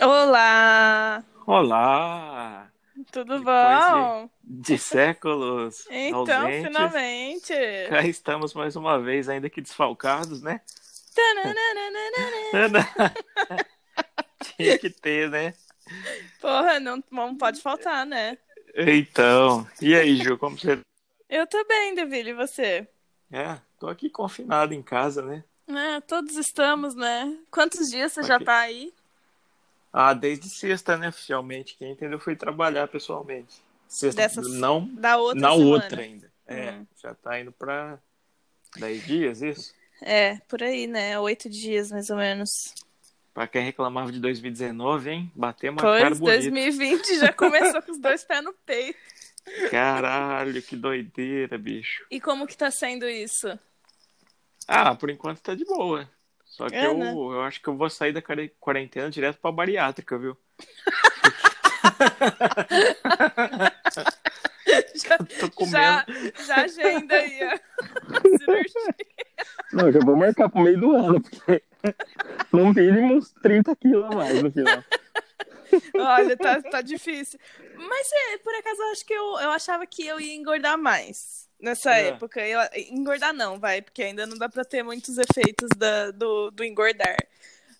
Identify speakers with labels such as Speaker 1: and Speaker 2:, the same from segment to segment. Speaker 1: Olá!
Speaker 2: Olá!
Speaker 1: Tudo
Speaker 2: Depois
Speaker 1: bom?
Speaker 2: De séculos
Speaker 1: Então,
Speaker 2: ausentes,
Speaker 1: finalmente!
Speaker 2: cá estamos mais uma vez, ainda que desfalcados, né?
Speaker 1: Tananana.
Speaker 2: Tinha que ter, né?
Speaker 1: Porra, não, não pode faltar, né?
Speaker 2: Então, e aí, Ju, como você...
Speaker 1: Eu tô bem, Deville, e você?
Speaker 2: É, tô aqui confinado em casa, né?
Speaker 1: É, todos estamos, né? Quantos dias você já
Speaker 2: Aqui.
Speaker 1: tá aí?
Speaker 2: Ah, desde sexta, né, oficialmente. Quem entendeu foi trabalhar pessoalmente. Sexta,
Speaker 1: Dessas-
Speaker 2: não,
Speaker 1: Da outra
Speaker 2: não
Speaker 1: semana.
Speaker 2: outra ainda. É,
Speaker 1: Uhum.
Speaker 2: já tá indo pra dez dias, isso?
Speaker 1: É, por aí, né? Oito dias, mais ou menos.
Speaker 2: Pra quem reclamava de 2019, hein? Batemos É uma cara
Speaker 1: Pois,
Speaker 2: bonita.
Speaker 1: 2020 já começou com os dois pés no peito.
Speaker 2: Caralho, que doideira, bicho.
Speaker 1: E como que tá sendo isso?
Speaker 2: Ah, por enquanto tá de boa. Só que
Speaker 1: É,
Speaker 2: eu,
Speaker 1: né?
Speaker 2: eu acho que eu vou sair da quare- quarentena direto pra bariátrica, viu?
Speaker 1: Já,
Speaker 2: Tô com
Speaker 1: já,
Speaker 2: medo.
Speaker 1: já agenda aí a cirurgia.
Speaker 3: Não, eu já vou marcar pro meio do ano, porque no mínimo uns 30 quilos a mais no final.
Speaker 1: Olha, tá, tá difícil. Mas é, por acaso eu acho que eu, eu achava que eu ia engordar mais nessa
Speaker 2: É.
Speaker 1: época. Eu- engordar não, vai, porque ainda não dá pra ter muitos efeitos da- do, do engordar.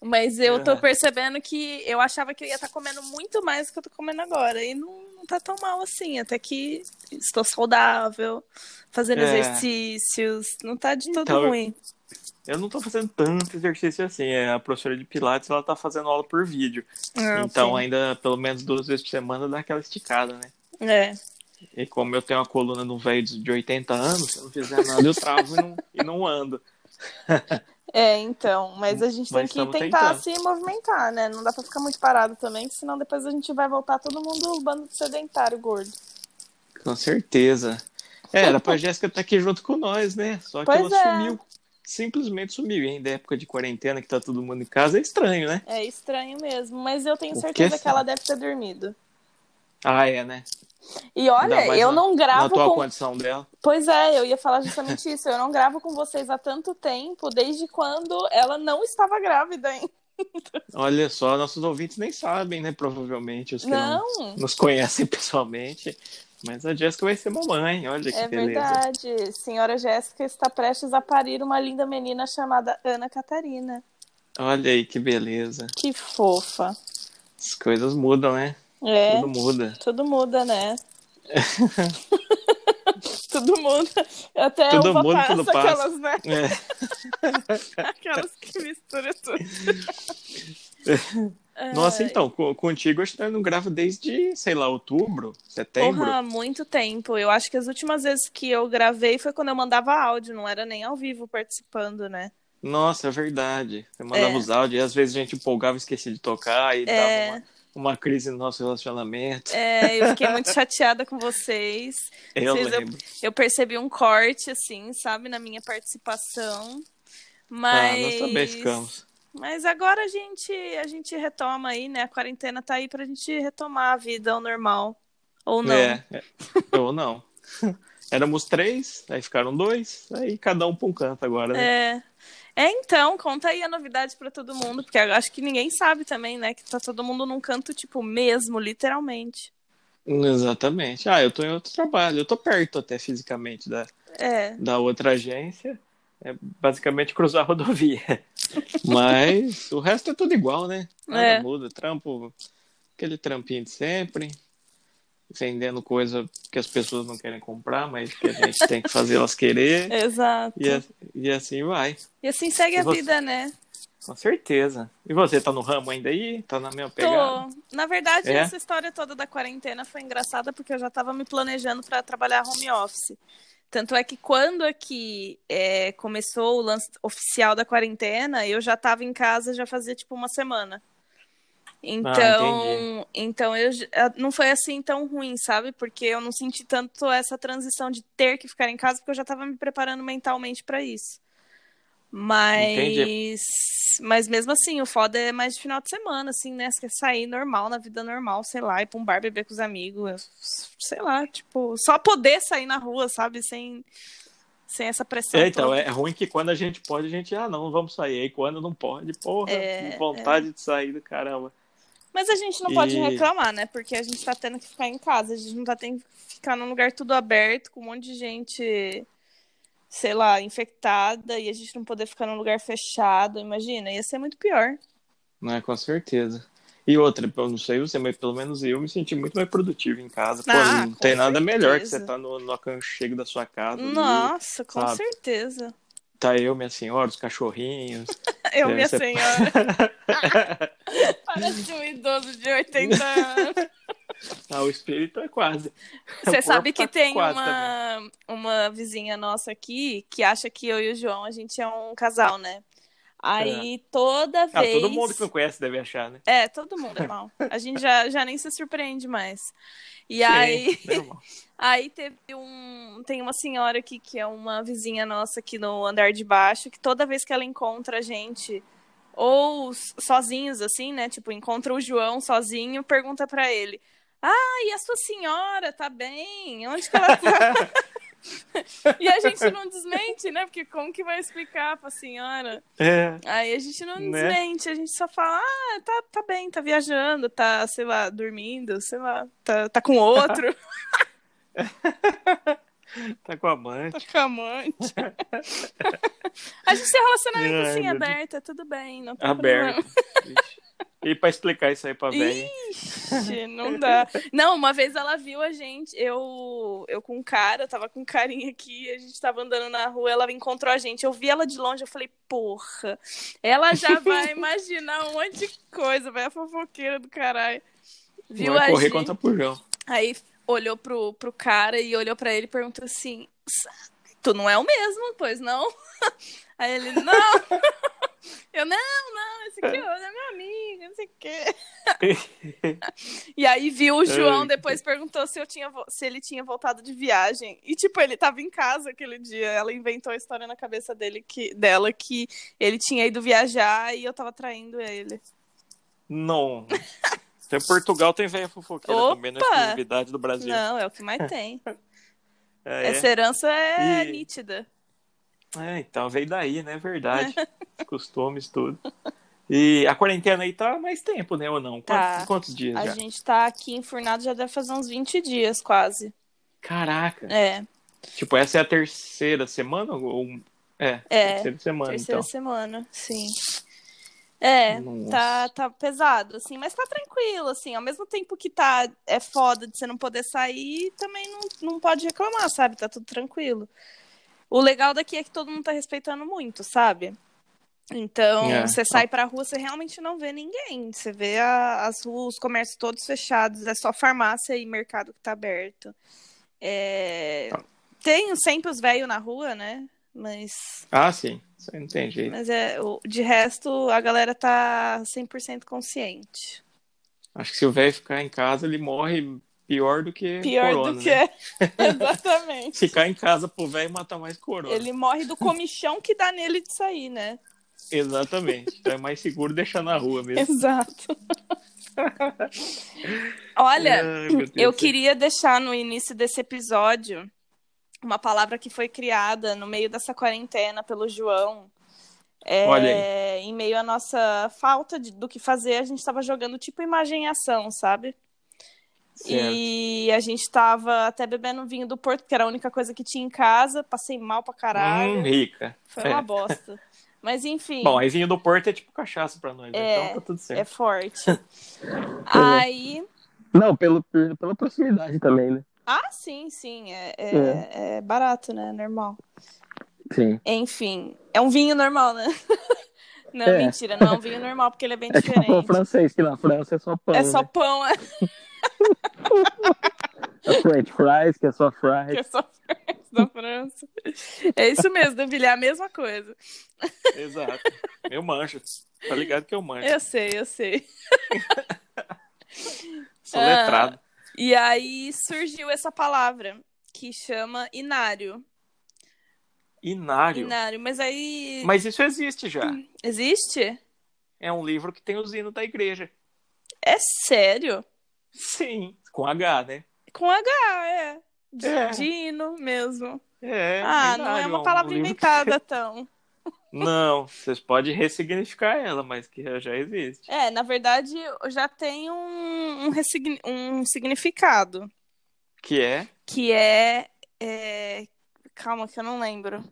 Speaker 1: Mas eu tô
Speaker 2: É.
Speaker 1: percebendo que eu achava que eu ia estar comendo muito mais do que eu tô comendo agora. E não, não tá tão mal assim. Até que estou saudável, fazendo
Speaker 2: É.
Speaker 1: exercícios. Não tá de todo
Speaker 2: Então, eu-
Speaker 1: ruim.
Speaker 2: Eu não tô fazendo tanto exercício assim. é, A professora de Pilates, ela tá fazendo aula por vídeo.
Speaker 1: Ah,
Speaker 2: então,
Speaker 1: sim.
Speaker 2: ainda pelo menos duas vezes por semana dá aquela esticada, né?
Speaker 1: É.
Speaker 2: E como eu tenho uma coluna de um velho de 80 anos, se eu não fizer nada, eu travo e não, e não ando.
Speaker 1: É, então, mas a gente tem
Speaker 2: Mas
Speaker 1: que
Speaker 2: estamos
Speaker 1: tentar
Speaker 2: tentando.
Speaker 1: se movimentar, né? Não dá pra ficar muito parado também, que senão depois a gente vai voltar todo mundo bando de sedentário, gordo.
Speaker 2: Com certeza. É, era pra Jéssica estar aqui junto com nós, né? Só que
Speaker 1: Pois
Speaker 2: ela
Speaker 1: é.
Speaker 2: sumiu. Simplesmente sumiu. E ainda é época de quarentena que tá todo mundo em casa, é estranho, né?
Speaker 1: É estranho mesmo, mas eu tenho
Speaker 2: O
Speaker 1: certeza
Speaker 2: quê?
Speaker 1: que ela deve ter dormido.
Speaker 2: Ah, é, né?
Speaker 1: E olha,
Speaker 2: Ainda mais
Speaker 1: eu
Speaker 2: na-
Speaker 1: não
Speaker 2: Na
Speaker 1: gravo
Speaker 2: atual
Speaker 1: com.
Speaker 2: condição dela.
Speaker 1: Pois é, eu ia falar justamente isso. Eu não gravo com vocês há tanto tempo, desde quando ela não estava grávida, hein?
Speaker 2: Olha só, nossos ouvintes nem sabem, né? Provavelmente, os que não,
Speaker 1: Não,
Speaker 2: nos conhecem pessoalmente. Mas a Jéssica vai ser mamãe, olha que
Speaker 1: é
Speaker 2: beleza.
Speaker 1: verdade. Senhora Jéssica está prestes a parir uma linda menina chamada Ana Catarina.
Speaker 2: Olha aí que beleza.
Speaker 1: Que fofa.
Speaker 2: As coisas mudam, né?
Speaker 1: É.
Speaker 2: Tudo muda.
Speaker 1: Tudo muda, né? tudo muda. Até
Speaker 2: Tudo
Speaker 1: uva
Speaker 2: muda,
Speaker 1: passa,
Speaker 2: tudo passa.
Speaker 1: aquelas, né?
Speaker 2: É.
Speaker 1: Aquelas que misturam tudo. Ai,
Speaker 2: Nossa, então, co- contigo eu acho que eu não gravo desde, sei lá, outubro, setembro.
Speaker 1: Porra, há muito tempo. Eu acho que as últimas vezes que eu gravei foi quando eu mandava áudio, não era nem ao vivo participando, né?
Speaker 2: Nossa, é verdade. Você mandava
Speaker 1: É.
Speaker 2: os áudios, e às vezes a gente empolgava e esquecia de tocar, e
Speaker 1: É.
Speaker 2: dava uma, uma crise no nosso relacionamento.
Speaker 1: É, eu fiquei muito chateada com vocês.
Speaker 2: eu
Speaker 1: vocês- eu-
Speaker 2: lembro.
Speaker 1: Eu percebi um corte, assim, sabe, na minha participação.
Speaker 2: Ah,
Speaker 1: Mas.
Speaker 2: nós também ficamos.
Speaker 1: Mas agora a gente, a gente retoma aí, né? A quarentena tá aí pra gente retomar a vida ao normal. Ou um não.
Speaker 2: É, é. ou não. Éramos três, aí ficaram dois, aí cada um pra um canto agora, né?
Speaker 1: É. É, então, conta aí a novidade pra todo mundo, porque eu acho que ninguém sabe também, né? Que tá todo mundo num canto, tipo, mesmo, literalmente.
Speaker 2: Exatamente. Ah, eu tô em outro trabalho, eu tô perto até fisicamente da,
Speaker 1: É.
Speaker 2: da outra agência. É basicamente cruzar a rodovia. Mas o resto é tudo igual, né? Nada
Speaker 1: É.
Speaker 2: muda. Trampo, aquele trampinho de sempre. Vendendo coisa que as pessoas não querem comprar, mas que a gente tem que fazer elas querer.
Speaker 1: Exato.
Speaker 2: E, a- e assim vai.
Speaker 1: E assim segue
Speaker 2: E
Speaker 1: a
Speaker 2: você?
Speaker 1: vida, né?
Speaker 2: Com certeza. E você tá no ramo ainda aí? Tá na mesma pegada?
Speaker 1: Tô. Na verdade,
Speaker 2: É?
Speaker 1: essa história toda da quarentena foi engraçada porque eu já estava me planejando para trabalhar home office. Tanto é que quando aqui é, começou o lance oficial da quarentena, eu já estava em casa já fazia tipo uma semana. Então, então eu j- eh, não foi assim tão ruim, sabe? Porque eu não senti tanto essa transição de ter que ficar em casa, porque eu já estava me preparando mentalmente para isso. Mas,
Speaker 2: Entendi.
Speaker 1: mas mesmo assim, o foda é mais de final de semana, assim, né? Você quer sair normal, na vida normal, sei lá, ir pra um bar beber com os amigos, eu- sei lá, tipo, só poder sair na rua, sabe? Sem, sem essa pressão.
Speaker 2: É, então,
Speaker 1: toda.
Speaker 2: é ruim que quando a gente pode, a gente, ah, não, vamos sair. Aí quando não pode, porra,
Speaker 1: É,
Speaker 2: vontade de sair do caramba.
Speaker 1: Mas a gente não
Speaker 2: E-
Speaker 1: pode reclamar, né? Porque a gente tá tendo que ficar em casa, a gente não tá tendo que ficar num lugar tudo aberto, com um monte de gente, sei lá, infectada, e a gente não poder ficar num lugar fechado, imagina, ia ser muito pior.
Speaker 2: Não é, com certeza. E outra, eu não sei você, mas pelo menos eu me senti muito mais produtivo em casa. Pô,
Speaker 1: Ah,
Speaker 2: não
Speaker 1: com
Speaker 2: tem nada melhor que
Speaker 1: certeza.
Speaker 2: você tá no, no aconchego da sua casa. ali.
Speaker 1: Nossa, com
Speaker 2: sabe?
Speaker 1: certeza.
Speaker 2: Tá eu, minha senhora, os cachorrinhos.
Speaker 1: Eu, assim,
Speaker 2: Deve
Speaker 1: minha
Speaker 2: ser-
Speaker 1: senhora. Parece um idoso de 80 anos.
Speaker 2: É Ah, o espírito é quase. O
Speaker 1: Você
Speaker 2: corpo
Speaker 1: sabe que
Speaker 2: tá
Speaker 1: tem
Speaker 2: quase
Speaker 1: uma, uma vizinha nossa aqui que acha que eu e o João a gente é um casal, né? Aí toda
Speaker 2: Ah,
Speaker 1: vez.
Speaker 2: todo mundo que não conhece deve achar, né?
Speaker 1: É, todo mundo é mal. A gente já, já nem se surpreende mais. E
Speaker 2: Sim,
Speaker 1: aí.
Speaker 2: normal.
Speaker 1: Aí teve um. Tem uma senhora aqui que é uma vizinha nossa aqui no andar de baixo, que toda vez que ela encontra a gente, ou s- sozinhos, assim, né? Tipo, encontra o João sozinho, pergunta pra ele: Ah, e a sua senhora tá bem? Onde que ela tá? e a gente não desmente, né? Porque como que vai explicar pra senhora?
Speaker 2: É,
Speaker 1: Aí a gente não
Speaker 2: Né?
Speaker 1: desmente, a gente só fala, ah, tá, tá bem, tá viajando, tá, sei lá, dormindo, sei lá, tá, tá com outro,
Speaker 2: tá com a mãe.
Speaker 1: tá com amante. a gente tem relacionamento
Speaker 2: Ai,
Speaker 1: assim,
Speaker 2: meu Deus.
Speaker 1: aberto, é tudo bem, não tem
Speaker 2: Aberto. Ixi. E pra explicar isso aí pra
Speaker 1: Ih,
Speaker 2: velha? hein?
Speaker 1: Ixi, não dá. Não, uma vez ela viu a gente, eu, eu com um cara, eu tava com um carinha aqui, a gente tava andando na rua, ela encontrou a gente. Eu vi ela de longe, eu falei, porra, ela já vai imaginar um monte de coisa, vai a fofoqueira do caralho. Viu a
Speaker 2: Vai é correr
Speaker 1: gente,
Speaker 2: contra pujão.
Speaker 1: aí olhou pro, pro cara e olhou pra ele e perguntou assim, tu não é o mesmo, pois não? Aí ele, não, eu, não, não, esse aqui é outro, é meu amigo, não sei o quê. E aí viu o João,
Speaker 2: Ai,
Speaker 1: depois perguntou se, eu tinha, vo- se ele tinha voltado de viagem. E, tipo, ele tava em casa aquele dia. Ela inventou a história na cabeça dele que, dela que ele tinha ido viajar e eu tava traindo ele.
Speaker 2: Não. Até Portugal tem velha fofoqueira
Speaker 1: Opa!
Speaker 2: também, não é exclusividade do Brasil.
Speaker 1: Não, é o que mais tem.
Speaker 2: É, é.
Speaker 1: Essa herança é
Speaker 2: E-
Speaker 1: nítida.
Speaker 2: É, então veio daí, né? Verdade. Os costumes, tudo. E a quarentena aí tá mais tempo, né? Ou não?
Speaker 1: Tá.
Speaker 2: Quantos, quantos dias
Speaker 1: A
Speaker 2: já?
Speaker 1: gente tá aqui enfurnado já deve fazer uns 20 dias quase.
Speaker 2: Caraca.
Speaker 1: É,
Speaker 2: Tipo, essa é a terceira semana? Ou... É,
Speaker 1: é.
Speaker 2: terceira semana,
Speaker 1: Terceira
Speaker 2: então.
Speaker 1: semana, sim. É,
Speaker 2: Nossa.
Speaker 1: tá, tá pesado, assim, mas tá tranquilo, assim, ao mesmo tempo que tá, é foda de você não poder sair, também não, não pode reclamar, sabe? Tá tudo tranquilo. O legal daqui é que todo mundo tá respeitando muito, sabe? Então,
Speaker 2: É.
Speaker 1: você sai pra rua, você realmente não vê ninguém. Você vê a- as ruas, os comércios todos fechados, é só farmácia e mercado que tá aberto. É,
Speaker 2: Tá.
Speaker 1: Tem sempre os velhos na rua, né? Mas
Speaker 2: Ah, sim. Isso aí não tem jeito.
Speaker 1: mas é, o- de resto, a galera tá 100% consciente.
Speaker 2: Acho que se o velho ficar em casa, ele morre pior do que
Speaker 1: Pior
Speaker 2: corona,
Speaker 1: do que
Speaker 2: né?
Speaker 1: é. Exatamente.
Speaker 2: Ficar em casa pro velho matar mais corona.
Speaker 1: Ele morre do comichão que dá nele de sair, né?
Speaker 2: Exatamente. Então é mais seguro deixar na rua mesmo.
Speaker 1: Exato. Olha,
Speaker 2: Ai, meu Deus
Speaker 1: Eu
Speaker 2: do céu.
Speaker 1: queria deixar no início desse episódio uma palavra que foi criada no meio dessa quarentena pelo João. É,
Speaker 2: Olha
Speaker 1: Em meio à nossa falta de- do que fazer, a gente estava jogando tipo imagem e ação, sabe?
Speaker 2: Certo.
Speaker 1: E a gente tava até bebendo vinho do Porto, que era a única coisa que tinha em casa. Passei mal pra caralho.
Speaker 2: Hum, rica.
Speaker 1: Foi uma
Speaker 2: é.
Speaker 1: bosta. Mas enfim.
Speaker 2: Bom, aí vinho do Porto é tipo cachaça pra nós, né?
Speaker 1: É,
Speaker 2: então tá tudo certo.
Speaker 1: é forte. Aí. é
Speaker 3: Não, pelo, pela proximidade também, né?
Speaker 1: Ah, sim, sim. É, é- é barato, né? Normal.
Speaker 3: Sim.
Speaker 1: Enfim, é um vinho normal, né? Não,
Speaker 3: É.
Speaker 1: mentira, não é um vinho normal, porque ele é bem
Speaker 3: É tipo o
Speaker 1: diferente.
Speaker 3: francês, que na França é só pão.
Speaker 1: É só
Speaker 3: né?
Speaker 1: pão, é
Speaker 3: É French fries, que é só fries.
Speaker 1: que é só francês da França. É isso mesmo, devilha é a mesma coisa.
Speaker 2: Exato. Eu mancho. Tá ligado que eu mancho.
Speaker 1: Eu sei, eu sei.
Speaker 2: Sou
Speaker 1: Ah.
Speaker 2: letrado.
Speaker 1: E aí surgiu essa palavra que chama inário.
Speaker 2: Inário.
Speaker 1: Inário, mas aí
Speaker 2: Mas isso existe já.
Speaker 1: existe?
Speaker 2: É um livro que tem os hinos da igreja.
Speaker 1: É sério?
Speaker 2: Sim. Com H, né?
Speaker 1: Com H, é. De-
Speaker 2: É.
Speaker 1: Dino mesmo.
Speaker 2: É.
Speaker 1: Ah, não é
Speaker 2: inário,
Speaker 1: uma
Speaker 2: um
Speaker 1: palavra
Speaker 2: livro-
Speaker 1: inventada, então.
Speaker 2: Não, vocês podem ressignificar ela, mas que ela já existe.
Speaker 1: É, na verdade, já tem um, um, ressigni- um significado,
Speaker 2: Que é?
Speaker 1: que é, é- Calma, que eu não lembro.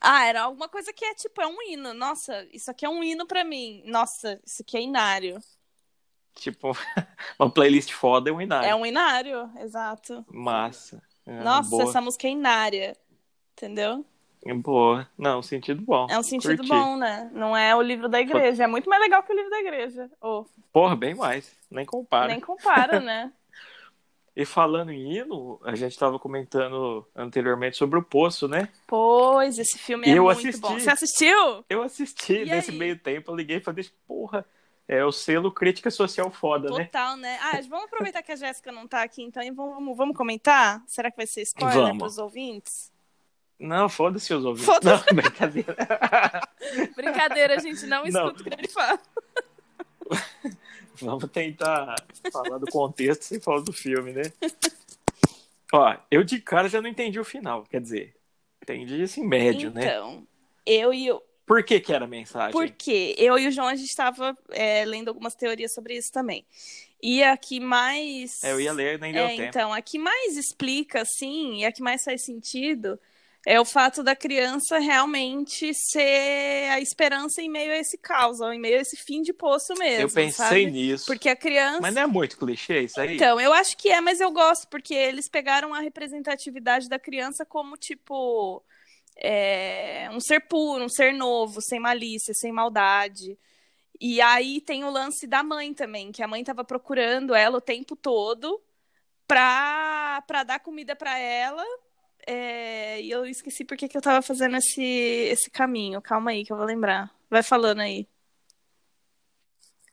Speaker 1: Ah, era alguma coisa que é tipo, é um hino. Nossa, isso aqui é um hino pra mim. Nossa, isso aqui é inário.
Speaker 2: Tipo, uma playlist foda é um inário.
Speaker 1: É um inário, exato.
Speaker 2: Massa. É,
Speaker 1: Nossa,
Speaker 2: boa.
Speaker 1: essa música é inária. Entendeu?
Speaker 2: É Boa. Não, sentido bom.
Speaker 1: É um sentido
Speaker 2: Curti.
Speaker 1: bom, né? Não é o livro da igreja. É muito mais legal que o livro da igreja. Ou
Speaker 2: Porra, bem mais. Nem compara.
Speaker 1: nem compara, né?
Speaker 2: E falando em hino, a gente tava comentando anteriormente sobre o Poço, né?
Speaker 1: Pois, esse filme é
Speaker 2: Eu
Speaker 1: muito
Speaker 2: assisti.
Speaker 1: bom. Você assistiu?
Speaker 2: Eu assisti
Speaker 1: E
Speaker 2: nesse
Speaker 1: aí?
Speaker 2: meio tempo, eu liguei e falei, porra, é o selo crítica social foda, né?
Speaker 1: Total, né? Ah, vamos aproveitar que a Jéssica não tá aqui, então, e vamos, vamos comentar? Será que vai ser spoiler
Speaker 2: Vamos.
Speaker 1: pros ouvintes?
Speaker 2: Não, foda-se os ouvintes.
Speaker 1: Foda-se.
Speaker 2: Não, brincadeira.
Speaker 1: Brincadeira, gente, não
Speaker 2: Não.
Speaker 1: escuta o que ele fala.
Speaker 2: Vamos tentar falar do contexto sem falar do filme, né? Ó, eu de cara já não entendi o final, quer dizer, entendi assim, médio, né?
Speaker 1: Então, eu e o...
Speaker 2: Por que que era a mensagem?
Speaker 1: Por quê? Eu e o João, a gente tava é, lendo algumas teorias sobre isso também. E a que mais...
Speaker 2: É, Eu ia ler, nem deu
Speaker 1: É,
Speaker 2: tempo.
Speaker 1: então, a que mais explica, assim, e a que mais faz sentido é o fato da criança realmente ser a esperança em meio a esse caos, ou em meio a esse fim de poço mesmo.
Speaker 2: eu pensei
Speaker 1: sabe?
Speaker 2: nisso.
Speaker 1: Porque a criança.
Speaker 2: Mas não é muito clichê isso aí?
Speaker 1: Então, eu acho que é, mas eu gosto, porque eles pegaram a representatividade da criança como, tipo, é, um ser puro, um ser novo, sem malícia, sem maldade. E aí tem o lance da mãe também, que a mãe tava procurando ela o tempo todo pra, pra dar comida pra ela. É, e eu esqueci por que que eu tava fazendo esse, esse caminho. Calma aí, que eu vou lembrar. Vai falando aí.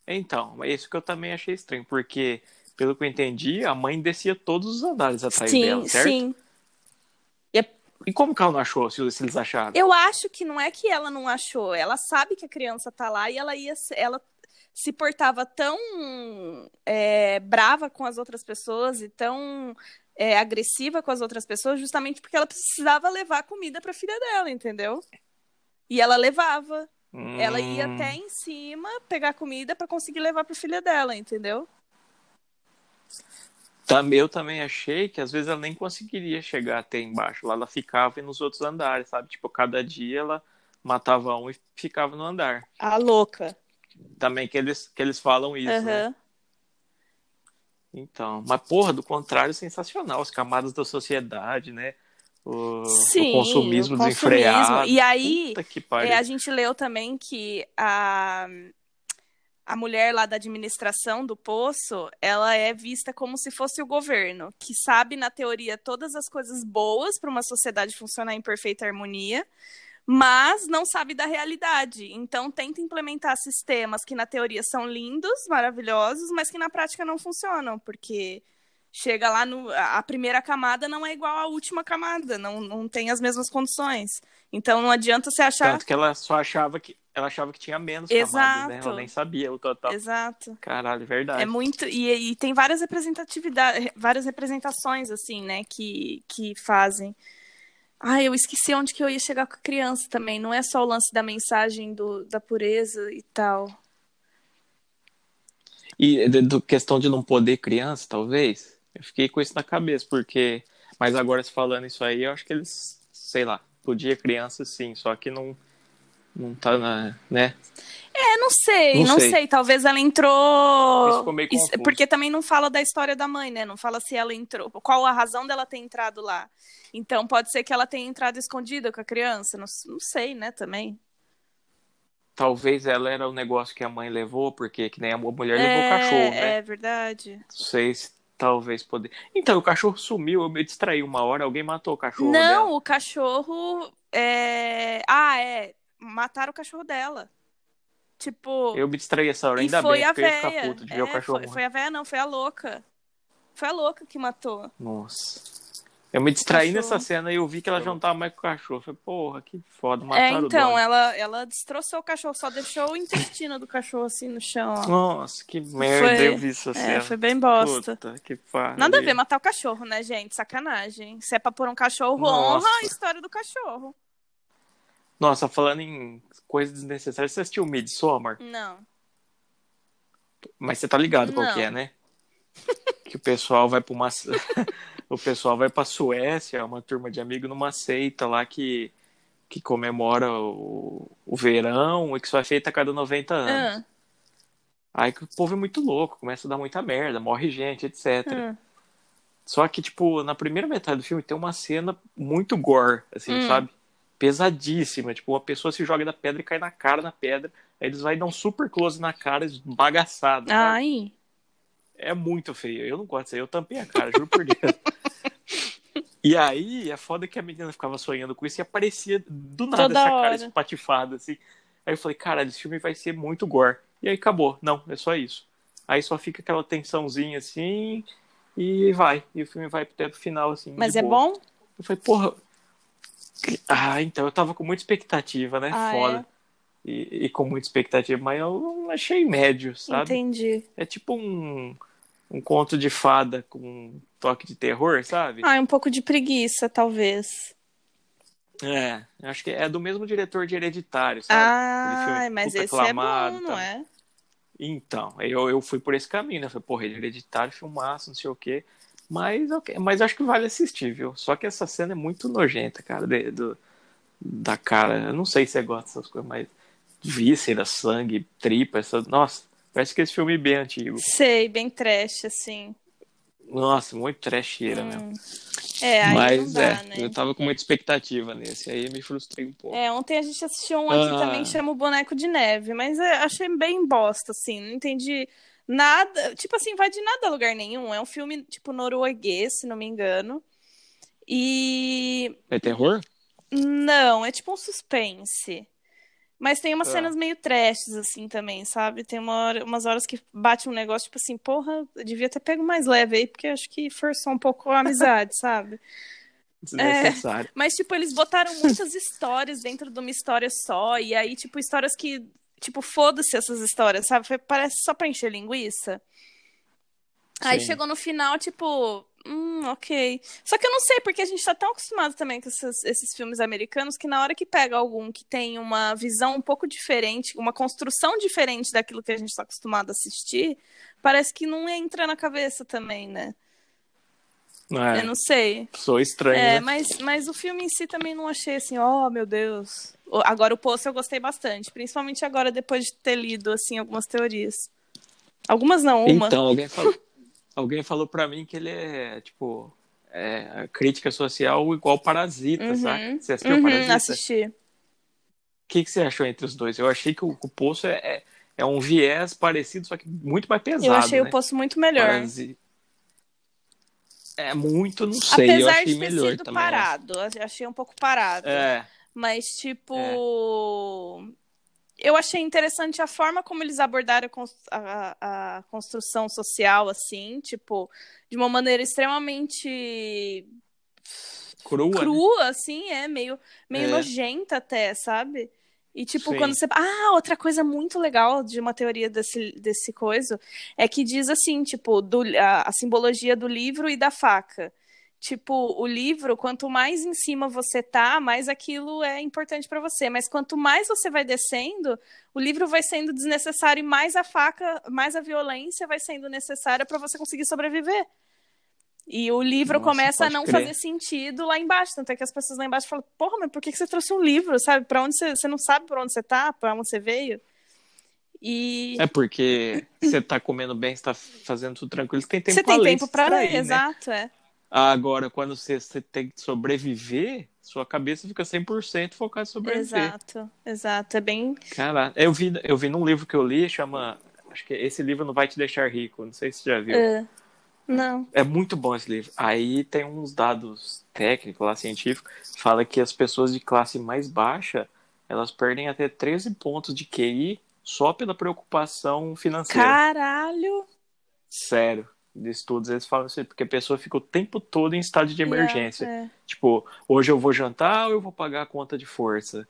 Speaker 2: Então, é isso que eu também achei estranho, porque, pelo que eu entendi, a mãe descia todos os andares atrás dela,
Speaker 1: sim,
Speaker 2: certo?
Speaker 1: sim.
Speaker 2: E como que ela não achou, se se eles acharam?
Speaker 1: Eu acho que não é que ela não achou, ela sabe que a criança tá lá e ela ia, se- ela se portava tão é, brava com as outras pessoas e tão é, agressiva com as outras pessoas, justamente porque ela precisava levar comida pra filha dela, entendeu? E ela levava, ela ia
Speaker 2: Hum,
Speaker 1: até em cima pegar comida pra conseguir levar pra filha dela, entendeu?
Speaker 2: tam- Eu também achei que às vezes ela nem conseguiria chegar até embaixo. Lá ela ficava nos outros andares, sabe? Tipo, cada dia ela matava um e ficava no andar.
Speaker 1: A louca.
Speaker 2: Também que eles, que eles falam isso, né?
Speaker 1: Aham.
Speaker 2: Então, mas porra, do contrário, sensacional. As camadas da sociedade, né? O,
Speaker 1: Sim,
Speaker 2: o consumismo
Speaker 1: o consumismo.
Speaker 2: desenfreado.
Speaker 1: E aí,
Speaker 2: Puta que pariu.
Speaker 1: É, a gente leu também que a, a mulher lá da administração do poço, ela é vista como se fosse o governo, que sabe, na teoria, todas as coisas boas para uma sociedade funcionar em perfeita harmonia, mas não sabe da realidade. Então, tenta implementar sistemas que, na teoria, são lindos, maravilhosos, mas que, na prática, não funcionam, porque... Chega lá no. A a primeira camada não é igual à última camada, não, não tem as mesmas condições. Então não adianta você achar
Speaker 2: Tanto que ela só achava que ela achava que tinha menos
Speaker 1: Exato.
Speaker 2: camadas, né? Ela nem sabia o total.
Speaker 1: Exato.
Speaker 2: Caralho, verdade.
Speaker 1: É muito e, e tem várias representatividades, várias representações assim, né, que que fazem. Ah, eu esqueci onde que eu ia chegar com a criança também. Não é só o lance da mensagem do, da pureza e tal.
Speaker 2: E de- do questão de não poder criança, talvez. Eu fiquei com isso na cabeça, porque mas agora se falando isso aí, eu acho que eles, sei lá, podia criança sim, só que não não tá na, né?
Speaker 1: Eu não sei,
Speaker 2: Não
Speaker 1: não,
Speaker 2: sei.
Speaker 1: sei. Talvez ela entrou.
Speaker 2: Isso ficou meio
Speaker 1: Isso-
Speaker 2: confuso.
Speaker 1: Porque também não fala da história da mãe, né? Não fala se ela entrou, qual a razão dela ter entrado lá. Então pode ser que ela tenha entrado escondida com a criança. Não, não sei, né? Também.
Speaker 2: Talvez ela era o negócio que a mãe levou, porque que nem a mulher levou
Speaker 1: é,
Speaker 2: o cachorro, né?
Speaker 1: é verdade.
Speaker 2: Não sei se talvez poder. Então, o cachorro sumiu, eu me distraí uma hora, alguém matou o cachorro
Speaker 1: Não,
Speaker 2: dela.
Speaker 1: o cachorro é. Ah, é. Mataram o cachorro dela. Tipo.
Speaker 2: Eu me distraí essa hora,
Speaker 1: e
Speaker 2: ainda
Speaker 1: foi
Speaker 2: bem,
Speaker 1: a
Speaker 2: porque eu ia ficar
Speaker 1: véia.
Speaker 2: puto de ver o
Speaker 1: É,
Speaker 2: cachorro
Speaker 1: foi,
Speaker 2: morrer.
Speaker 1: foi a véia, não, foi a louca. Foi a louca que matou.
Speaker 2: Nossa. Eu me distraí
Speaker 1: Cachorro.
Speaker 2: nessa cena e eu vi que ela já não tava mais com o cachorro. Eu Falei, porra, que foda,
Speaker 1: é,
Speaker 2: mataram o
Speaker 1: então,
Speaker 2: dono.
Speaker 1: ela, ela destroçou o cachorro, só deixou o intestino do cachorro assim no chão, ó.
Speaker 2: Nossa, que merda,
Speaker 1: Foi-
Speaker 2: eu vi essa cena.
Speaker 1: É, foi bem bosta.
Speaker 2: Puta, que pariu.
Speaker 1: Nada a ver matar o cachorro, né, gente? Sacanagem. Se é pra pôr um cachorro,
Speaker 2: Nossa.
Speaker 1: honra a história do cachorro.
Speaker 2: Nossa, falando em coisas desnecessárias, você assistiu Midsommar?
Speaker 1: Não.
Speaker 2: Mas você tá ligado qual
Speaker 1: Não.
Speaker 2: que é, né? Que o pessoal vai pra uma... o pessoal vai pra Suécia, uma turma de amigos numa seita lá que, que comemora o... o verão e que só é feita a cada 90 anos.
Speaker 1: Ah,
Speaker 2: Aí que o povo é muito louco, começa a dar muita merda, morre gente, etc.
Speaker 1: ah.
Speaker 2: Só que, tipo, na primeira metade do filme tem uma cena muito gore, assim,
Speaker 1: Hum.
Speaker 2: sabe? Pesadíssima. Tipo, uma pessoa se joga da pedra e cai na cara na pedra. Aí eles vão dar um super close na cara, esbagaçado.
Speaker 1: Ah,
Speaker 2: sabe?
Speaker 1: Ai.
Speaker 2: É muito feio. Eu não gosto disso aí. Eu tampei a cara, juro por Deus. E aí, é foda que a menina ficava sonhando com isso e aparecia do nada
Speaker 1: Toda
Speaker 2: essa
Speaker 1: hora.
Speaker 2: cara espatifada, assim. Aí eu falei, caralho, esse filme vai ser muito gore. E aí acabou. Não, é só isso. Aí só fica aquela tensãozinha, assim, e vai. E o filme vai até pro final, assim.
Speaker 1: Mas
Speaker 2: de
Speaker 1: é
Speaker 2: boa.
Speaker 1: bom?
Speaker 2: Eu falei, porra. Ah, então eu tava com muita expectativa, né?
Speaker 1: Ah, é?
Speaker 2: Foda. E, e com muita expectativa, mas eu achei médio, sabe?
Speaker 1: Entendi.
Speaker 2: É tipo um, um conto de fada com um toque de terror, sabe?
Speaker 1: Ah, é um pouco de preguiça, talvez.
Speaker 2: É, eu acho que é do mesmo diretor de Hereditário, sabe? Aquele
Speaker 1: Ah,
Speaker 2: filme
Speaker 1: mas
Speaker 2: puta
Speaker 1: esse é
Speaker 2: aclamado,
Speaker 1: bom, não
Speaker 2: tá?
Speaker 1: é?
Speaker 2: Então, eu, eu fui por esse caminho, né? Eu falei, porra, Hereditário, filmaço, não sei o quê. Mas, ok, mas acho que vale assistir, viu? Só que essa cena é muito nojenta, cara, de- do, da cara. Eu não sei se você gosta dessas coisas, mas vísceras, sangue, tripa, essa... Nossa, parece que esse filme é bem antigo.
Speaker 1: Sei, bem trash, assim.
Speaker 2: Nossa, muito trecheira, meu.
Speaker 1: Hum. É, aí
Speaker 2: Mas
Speaker 1: não dá,
Speaker 2: é,
Speaker 1: né?
Speaker 2: eu tava com muita expectativa nesse, aí me frustrei um pouco.
Speaker 1: É, ontem a gente assistiu um aqui
Speaker 2: Ah.
Speaker 1: também que chama o Boneco de Neve, mas é, achei bem bosta, assim, não entendi nada. Tipo assim, vai de nada a lugar nenhum. É um filme, tipo, norueguês, se não me engano. E.
Speaker 2: É, terror?
Speaker 1: Não, é tipo um suspense. Mas tem umas
Speaker 2: Ah.
Speaker 1: cenas meio trashes, assim, também, sabe? Tem uma hora- umas horas que bate um negócio, tipo assim, porra, eu devia ter pego mais leve aí, porque acho que forçou um pouco a amizade, sabe?
Speaker 2: Desnecessário.
Speaker 1: Mas, tipo, eles botaram muitas histórias dentro de uma história só. E aí, tipo, histórias que. Tipo, foda-se essas histórias, sabe? Foi- parece só pra encher linguiça. Aí
Speaker 2: Sim.
Speaker 1: chegou no final, tipo. Hum, ok. Só que eu não sei, porque a gente tá tão acostumado também com esses, esses filmes americanos que na hora que pega algum que tem uma visão um pouco diferente, uma construção diferente daquilo que a gente tá acostumado a assistir, parece que não entra na cabeça também, né?
Speaker 2: É,
Speaker 1: Eu não sei.
Speaker 2: Sou estranho,
Speaker 1: É,
Speaker 2: né?
Speaker 1: mas, mas o filme em si também não achei assim, oh meu Deus. O- Agora o Poço eu gostei bastante, principalmente agora depois de ter lido assim algumas teorias. Algumas não, uma.
Speaker 2: Então, alguém falou, alguém falou pra mim que ele é, tipo, é, crítica social igual Parasita,
Speaker 1: Uhum.
Speaker 2: sabe? Você assistiu
Speaker 1: uhum,
Speaker 2: Parasita?
Speaker 1: assisti.
Speaker 2: O que, que você achou entre os dois? Eu achei que o, o Poço é, é, é um viés parecido, só que muito mais pesado,
Speaker 1: eu achei
Speaker 2: né?
Speaker 1: o Poço muito melhor.
Speaker 2: Parasi- É muito, não sei, eu
Speaker 1: Apesar
Speaker 2: achei
Speaker 1: de ter
Speaker 2: melhor
Speaker 1: sido
Speaker 2: também.
Speaker 1: parado, achei um pouco parado.
Speaker 2: É,
Speaker 1: Mas, tipo. Eu achei interessante a forma como eles abordaram a cons- a, a- a construção social, assim, tipo, de uma maneira extremamente
Speaker 2: crua, né?
Speaker 1: crua, assim, é, meio, meio
Speaker 2: É.
Speaker 1: nojenta até, sabe? E tipo,
Speaker 2: Sim.
Speaker 1: quando você. Ah, outra coisa muito legal de uma teoria desse, desse coisa é que diz assim, tipo, do, a, a simbologia do livro e da faca. Tipo, o livro, quanto mais em cima você tá, mais aquilo é importante pra você. Mas quanto mais você vai descendo, o livro vai sendo desnecessário e mais a faca, mais a violência vai sendo necessária pra você conseguir sobreviver. E o livro
Speaker 2: Nossa,
Speaker 1: começa a
Speaker 2: pode
Speaker 1: não
Speaker 2: crer.
Speaker 1: fazer sentido lá embaixo. Tanto é que as pessoas lá embaixo falam, porra, mas por que que você trouxe um livro, sabe? Pra onde você, você não sabe pra onde você tá, pra onde você veio. E
Speaker 2: É porque você tá comendo bem, você tá fazendo tudo tranquilo, você tem tempo
Speaker 1: você
Speaker 2: pra
Speaker 1: tem
Speaker 2: ler,
Speaker 1: tempo
Speaker 2: se
Speaker 1: pra
Speaker 2: distrair,
Speaker 1: ler,
Speaker 2: né?
Speaker 1: exato, é.
Speaker 2: Agora, quando você, você tem que sobreviver, sua cabeça fica 100% focada em sobreviver.
Speaker 1: Exato, exato. É bem.
Speaker 2: Caralho, eu vi, eu vi num livro que eu li, chama... Acho que é Esse Livro Não Vai Te Deixar Rico, não sei se você já viu. É,
Speaker 1: ah, não.
Speaker 2: muito bom esse livro. Aí tem uns dados técnicos lá, científicos, fala que as pessoas de classe mais baixa, elas perdem até 13 pontos de QI só pela preocupação financeira.
Speaker 1: Caralho!
Speaker 2: Sério, de estudos eles falam isso aí, porque a pessoa fica o tempo todo em estado de emergência.
Speaker 1: É,
Speaker 2: Tipo, hoje eu vou jantar ou eu vou pagar a conta de força?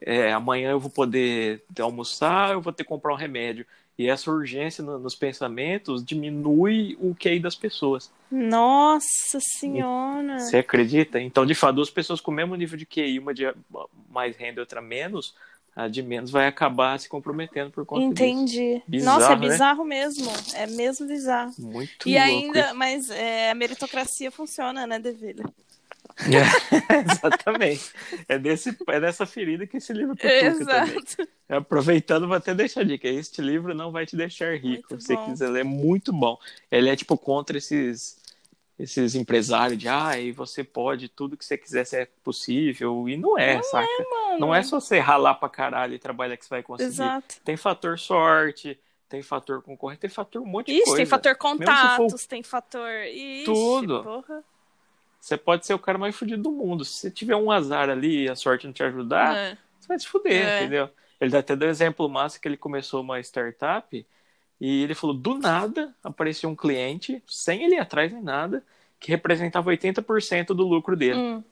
Speaker 2: É, amanhã eu vou poder almoçar, eu vou ter que comprar um remédio. E essa urgência no- nos pensamentos diminui o QI das pessoas.
Speaker 1: Nossa senhora.
Speaker 2: Você acredita? Então, de fato, duas pessoas com o mesmo nível de QI, uma de mais renda e outra menos, a de menos vai acabar se comprometendo por conta disso.
Speaker 1: Entendi.
Speaker 2: Bizarro,
Speaker 1: Nossa, é
Speaker 2: né?
Speaker 1: bizarro mesmo. É mesmo bizarro.
Speaker 2: Muito
Speaker 1: e
Speaker 2: louco.
Speaker 1: ainda, mas é, a meritocracia funciona, né, Devilha?
Speaker 2: É, exatamente. É, desse, é dessa ferida que esse livro cutuca também.
Speaker 1: Exato.
Speaker 2: Aproveitando, vou até deixar a dica. Este livro não vai te deixar rico.
Speaker 1: Muito
Speaker 2: Se você
Speaker 1: bom.
Speaker 2: quiser ler, é muito bom. Ele é tipo contra esses esses empresários de ah, e você pode, tudo que você quiser se é possível. E não é, saca? Não é só você ralar pra caralho e trabalhar que você vai conseguir.
Speaker 1: Exato.
Speaker 2: Tem fator sorte, tem fator concorrência, tem fator um monte de
Speaker 1: Ixi,
Speaker 2: coisa.
Speaker 1: tem fator
Speaker 2: Mesmo
Speaker 1: contatos, tem fator. Ixi,
Speaker 2: Tudo.
Speaker 1: Porra.
Speaker 2: Você pode ser o cara mais fudido do mundo. Se você tiver um azar ali e a sorte não te ajudar,
Speaker 1: É.
Speaker 2: você vai se fuder,
Speaker 1: É.
Speaker 2: entendeu? Ele dá até deu um exemplo massa que ele começou uma startup e ele falou, do nada, apareceu um cliente, sem ele ir atrás nem nada, que representava 80% do lucro dele.
Speaker 1: Hum.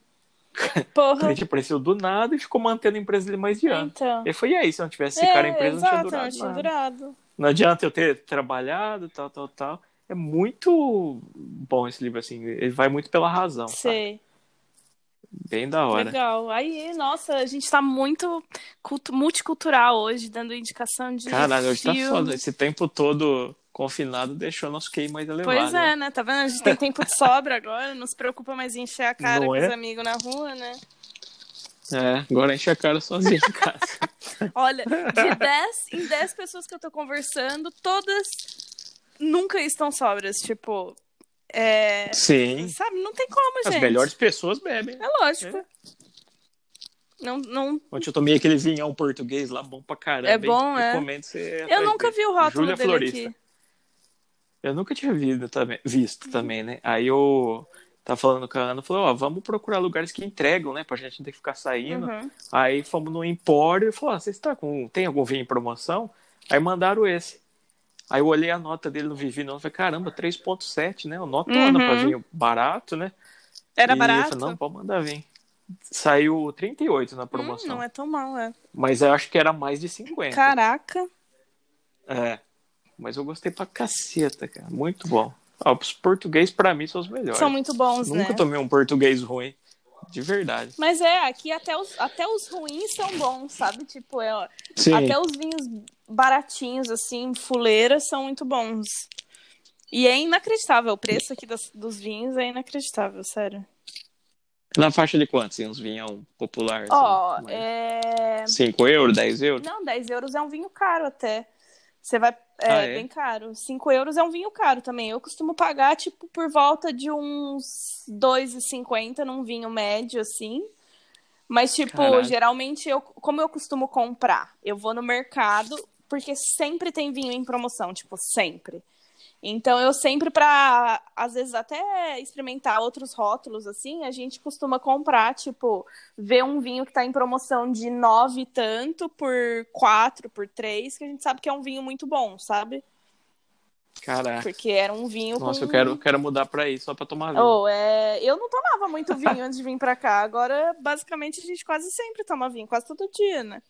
Speaker 2: O
Speaker 1: Porra.
Speaker 2: cliente apareceu do nada e ficou mantendo a empresa dele mais de ano.
Speaker 1: Então.
Speaker 2: Ele foi, e aí, se eu não tivesse esse cara, a empresa não tinha
Speaker 1: É, exato,
Speaker 2: durado. Ah. Então
Speaker 1: não tinha
Speaker 2: nada."
Speaker 1: durado.
Speaker 2: Não adianta eu ter trabalhado, tal, tal, tal. É muito bom esse livro, assim. Ele vai muito pela razão, sabe?
Speaker 1: Sei.
Speaker 2: Bem da hora.
Speaker 1: Legal. Aí, nossa, a gente tá muito cultu- multicultural hoje, dando indicação de.
Speaker 2: Caralho, hoje tá
Speaker 1: filmes.
Speaker 2: foda. Esse tempo todo confinado deixou nosso QI mais elevado.
Speaker 1: Pois é, né? Tá vendo? A gente tem tempo de sobra agora, não se preocupa mais em encher a cara
Speaker 2: Não
Speaker 1: com
Speaker 2: é?
Speaker 1: os amigos na rua, né?
Speaker 2: É, agora enche a cara sozinho em casa.
Speaker 1: Olha, de 10 em 10 pessoas que eu tô conversando, todas nunca estão sobras. Tipo, é.
Speaker 2: Sim.
Speaker 1: Sabe? Não tem como,
Speaker 2: As
Speaker 1: gente.
Speaker 2: melhores pessoas bebem.
Speaker 1: É lógico. Não, não...
Speaker 2: Ontem eu tomei aquele vinhão português lá, bom pra caramba.
Speaker 1: É bom,
Speaker 2: hein?
Speaker 1: é?
Speaker 2: Recomendo você. ir
Speaker 1: Eu
Speaker 2: atrás
Speaker 1: nunca
Speaker 2: dele.
Speaker 1: vi o rótulo
Speaker 2: é. Júlia
Speaker 1: dele
Speaker 2: Florista.
Speaker 1: aqui.
Speaker 2: Eu nunca tinha visto também, visto também, né? Aí eu tava falando com a Ana, falou, ó, vamos procurar lugares que entregam, né? Pra gente não ter que ficar saindo.
Speaker 1: Uhum.
Speaker 2: Aí fomos no Empório e falou: ah, vocês tá com. Tem algum vinho em promoção? Aí mandaram esse. Aí eu olhei a nota dele no Vivi não, falei, caramba, 3.7, né? O notona
Speaker 1: Uhum.
Speaker 2: pra vinho barato, né?
Speaker 1: Era
Speaker 2: e Eu
Speaker 1: barato?
Speaker 2: falei, não, pode mandar vir. Saiu 38 na
Speaker 1: Hum,
Speaker 2: promoção.
Speaker 1: não é tão mal, é.
Speaker 2: Mas eu acho que era mais de 50.
Speaker 1: Caraca.
Speaker 2: É. Mas eu gostei pra caceta, cara. Muito bom. Ó, os portugueses, pra mim, são os melhores.
Speaker 1: São muito bons,
Speaker 2: Nunca
Speaker 1: né?
Speaker 2: tomei um português ruim. De verdade.
Speaker 1: Mas é, aqui até os, até os ruins são bons, sabe? Tipo, é, ó,
Speaker 2: Sim.
Speaker 1: até os vinhos baratinhos, assim, fuleiras, são muito bons. E é inacreditável, o preço aqui das- dos vinhos é inacreditável, sério.
Speaker 2: Na faixa de quantos? Assim, uns vinhão popular?
Speaker 1: Ó,
Speaker 2: assim, mais-
Speaker 1: é...
Speaker 2: 5 euros, 10 euros?
Speaker 1: Não, 10 euros é um vinho caro até. Você vai. É,
Speaker 2: Ah, é?
Speaker 1: bem caro. 5 euros é um vinho caro também. Eu costumo pagar, tipo, por volta de uns 2,50 num vinho médio, assim. Mas, tipo,
Speaker 2: Caralho.
Speaker 1: geralmente, eu, como eu costumo comprar? Eu vou no mercado, porque sempre tem vinho em promoção, tipo, sempre. Então, eu sempre, pra, às vezes, até experimentar outros rótulos, assim, a gente costuma comprar, tipo, ver um vinho que tá em promoção de nove e tanto por quatro, por três, que a gente sabe que é um vinho muito bom, sabe?
Speaker 2: Caraca.
Speaker 1: Porque era um vinho
Speaker 2: É. Nossa,
Speaker 1: com...
Speaker 2: eu quero, quero mudar pra aí só pra tomar vinho.
Speaker 1: Oh, é... Eu não tomava muito vinho antes de vir pra cá. Agora, basicamente, a gente quase sempre toma vinho, quase todo dia, né?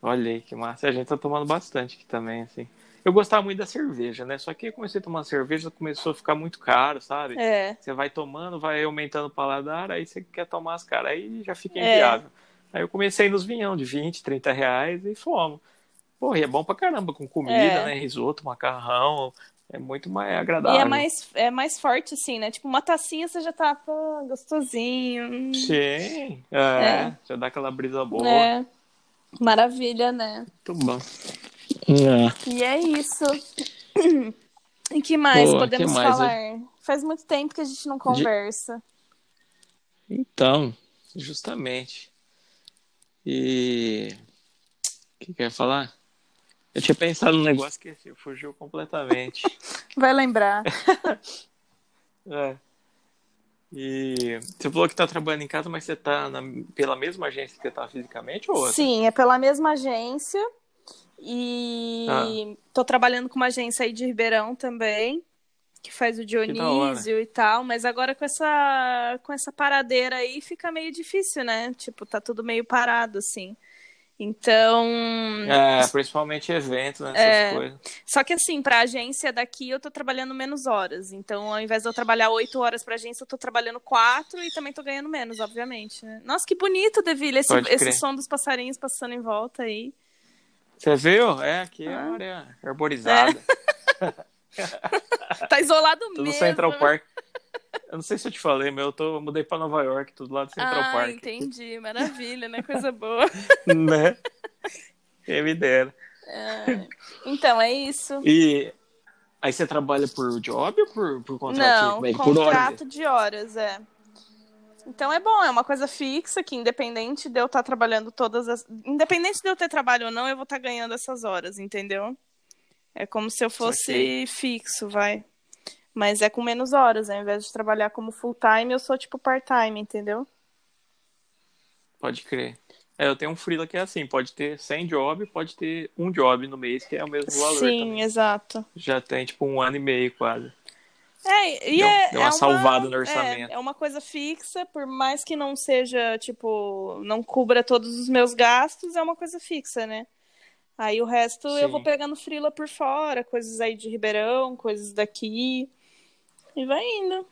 Speaker 2: Olha aí que massa. A gente tá tomando bastante aqui também, assim. Eu gostava muito da cerveja, né? Só que eu comecei a tomar cerveja, começou a ficar muito caro, sabe?
Speaker 1: É.
Speaker 2: Você vai tomando, vai aumentando o paladar, aí você quer tomar as caras, aí já fica
Speaker 1: É.
Speaker 2: inviável. Aí eu comecei nos vinhão de 20, 30 reais e fomos. Porra, e é bom pra caramba com comida,
Speaker 1: É.
Speaker 2: né? Risoto, macarrão. É muito mais
Speaker 1: E
Speaker 2: agradável.
Speaker 1: é mais, é mais forte, assim, né? Tipo, uma tacinha você já tá, pô, gostosinho. hum,
Speaker 2: Sim. É,
Speaker 1: É.
Speaker 2: Já dá aquela brisa boa.
Speaker 1: né? Maravilha, né?
Speaker 2: Muito bom.
Speaker 1: E é isso. E que mais
Speaker 2: Boa,
Speaker 1: podemos
Speaker 2: que mais,
Speaker 1: falar? Faz muito tempo que a gente não conversa.
Speaker 2: Então, justamente. E. O que quer falar? Eu tinha pensado num negócio que assim, fugiu completamente.
Speaker 1: Vai lembrar.
Speaker 2: é. E você falou que tá trabalhando em casa, mas você tá na- pela mesma agência que você tá fisicamente ou outra?
Speaker 1: Sim, é pela mesma agência. E
Speaker 2: Ah.
Speaker 1: tô trabalhando com uma agência aí de Ribeirão também, que faz o
Speaker 2: da hora.
Speaker 1: Dionísio e tal, mas agora com essa com essa paradeira aí fica meio difícil, né? Tipo, tá tudo meio parado assim. Então,
Speaker 2: É, principalmente evento, né? Essas
Speaker 1: É.
Speaker 2: coisas.
Speaker 1: só que assim, pra agência daqui eu tô trabalhando menos horas. Então, ao invés de eu trabalhar oito horas pra agência, eu tô trabalhando quatro e também tô ganhando menos, obviamente. né? Nossa, que bonito, Deville, esse,
Speaker 2: Pode crer.
Speaker 1: esse som dos passarinhos passando em volta aí.
Speaker 2: Você viu? É, aqui é
Speaker 1: Ah.
Speaker 2: uma área arborizada.
Speaker 1: Tá isolado
Speaker 2: Tudo
Speaker 1: mesmo. né?
Speaker 2: Central Park. Eu não sei se eu te falei, mas eu tô, mudei pra Nova York, tudo lá do Central
Speaker 1: ah,
Speaker 2: Park.
Speaker 1: entendi. Maravilha, né? Coisa boa.
Speaker 2: Né? Quem me dera.
Speaker 1: É. Então, é isso.
Speaker 2: E aí você trabalha por job ou por, por contrato?
Speaker 1: Não,
Speaker 2: Como é que- por hora?
Speaker 1: contrato de horas, é. Então é bom, é uma coisa fixa que independente de eu estar trabalhando todas as. Independente de eu ter trabalho ou não, eu vou estar ganhando essas horas, entendeu? É como se eu fosse
Speaker 2: Saquei.
Speaker 1: fixo, vai. Mas é com menos horas, ao invés de trabalhar como full time, eu sou tipo part-time, entendeu?
Speaker 2: Pode crer. É, eu tenho um freela que é assim, pode ter 100 job, pode ter um job no mês, que é o mesmo valor
Speaker 1: Sim,
Speaker 2: também.
Speaker 1: exato.
Speaker 2: Já tem, tipo, um ano e meio quase.
Speaker 1: É, e
Speaker 2: Deu- um-
Speaker 1: é,
Speaker 2: deu uma
Speaker 1: é
Speaker 2: salvada no
Speaker 1: é,
Speaker 2: orçamento.
Speaker 1: É, uma coisa fixa, por mais que não seja, tipo, não cubra todos os meus gastos, é uma coisa fixa, né? Aí o resto eu
Speaker 2: Sim.
Speaker 1: vou pegando frila por fora, coisas aí de Ribeirão, coisas daqui. E vai indo.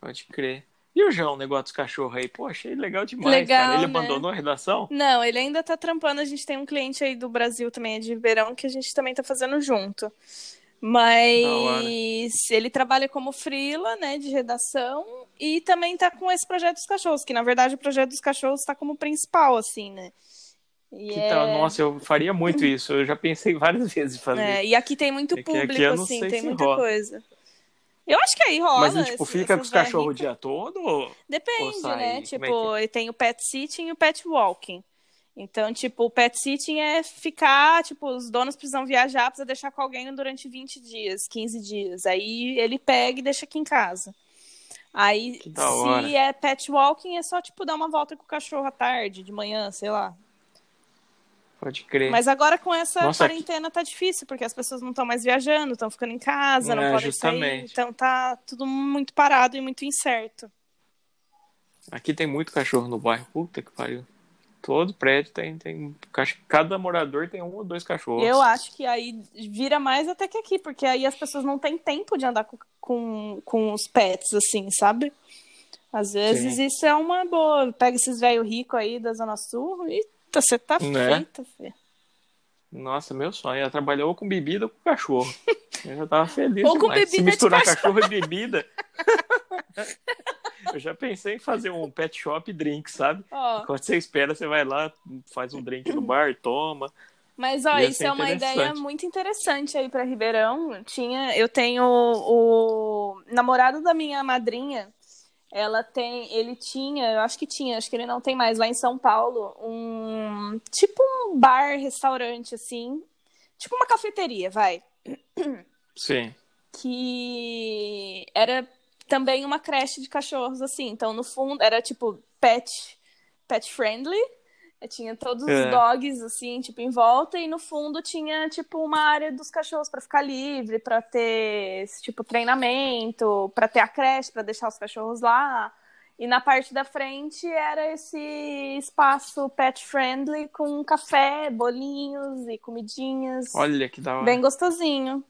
Speaker 2: Pode crer. E o João, o negócio dos cachorros aí? Pô, achei legal demais,
Speaker 1: Legal,
Speaker 2: cara. Ele
Speaker 1: né?
Speaker 2: abandonou a redação?
Speaker 1: Não, ele ainda tá trampando. A gente tem um cliente aí do Brasil também, é de Ribeirão, que a gente também tá fazendo junto.
Speaker 2: Da hora.
Speaker 1: Mas ele trabalha como frila, né, de redação, e também tá com esse projeto dos cachorros, que na verdade o projeto dos cachorros tá como principal, assim, né? E
Speaker 2: Que
Speaker 1: é-
Speaker 2: tal? Nossa, eu faria muito isso. Eu já pensei várias vezes em fazer.
Speaker 1: é, e aqui tem muito
Speaker 2: É que aqui
Speaker 1: público,
Speaker 2: eu não
Speaker 1: assim,
Speaker 2: sei
Speaker 1: tem
Speaker 2: se
Speaker 1: muita
Speaker 2: rola.
Speaker 1: coisa. Eu acho que aí rola. né,
Speaker 2: Mas, e, tipo,
Speaker 1: esse-
Speaker 2: fica com os
Speaker 1: essas
Speaker 2: cachorros o
Speaker 1: barricas.
Speaker 2: dia todo? ou- ou
Speaker 1: Depende,
Speaker 2: sai?
Speaker 1: né?
Speaker 2: Como é que
Speaker 1: Tipo, e tem o pet sitting e o pet walking. Então, tipo, o pet sitting é ficar, tipo, os donos precisam viajar, precisa deixar com alguém durante 20 dias, 15 dias. Aí ele pega e deixa aqui em casa. Aí,
Speaker 2: Que da hora.
Speaker 1: se é pet walking, é só, tipo, dar uma volta com o cachorro à tarde, de manhã, sei lá.
Speaker 2: Pode crer.
Speaker 1: Mas agora com essa
Speaker 2: Nossa, é aqui-
Speaker 1: quarentena tá difícil, porque as pessoas não estão mais viajando, estão ficando em casa, não
Speaker 2: É,
Speaker 1: podem sair.
Speaker 2: justamente.
Speaker 1: Então tá tudo muito parado e muito incerto.
Speaker 2: Aqui tem muito cachorro no bairro. Puta que pariu. Todo prédio tem, tem. cach- Cada morador tem um ou dois cachorros.
Speaker 1: Eu acho que aí vira mais até que aqui, porque aí as pessoas não têm tempo de andar com, com, com os pets, assim, sabe? Às vezes
Speaker 2: Sim.
Speaker 1: isso é uma boa. Pega esses velho rico aí da Zona Sul e você tá
Speaker 2: Né?
Speaker 1: feita, fê.
Speaker 2: Nossa, meu sonho. Ela trabalhou ou com bebida ou com cachorro. Eu já tava feliz.
Speaker 1: Ou com
Speaker 2: demais. Se
Speaker 1: bebida de
Speaker 2: misturar cachorro e bebida. Eu já pensei em fazer um pet shop drink, sabe?
Speaker 1: Ó,
Speaker 2: Quando você espera, você vai lá, faz um drink no bar, toma.
Speaker 1: mas ó,
Speaker 2: Ia
Speaker 1: isso
Speaker 2: ser
Speaker 1: é uma ideia
Speaker 2: interessante.
Speaker 1: muito interessante aí pra Ribeirão. Tinha, eu tenho o namorado da minha madrinha. Ela tem, ele tinha, eu acho que tinha, acho que ele não tem mais lá em São Paulo, um tipo um bar, restaurante assim, tipo uma cafeteria, vai,
Speaker 2: Sim.
Speaker 1: que era também uma creche de cachorros assim. Então no fundo era tipo pet pet friendly. eh, Tinha todos
Speaker 2: É.
Speaker 1: os dogs assim, tipo em volta e no fundo tinha tipo uma área dos cachorros pra ficar livre, pra ter esse tipo treinamento, pra ter a creche, pra deixar os cachorros lá. E na parte da frente era esse espaço pet friendly com café, bolinhos e comidinhas.
Speaker 2: Olha que da hora.
Speaker 1: Bem gostosinho.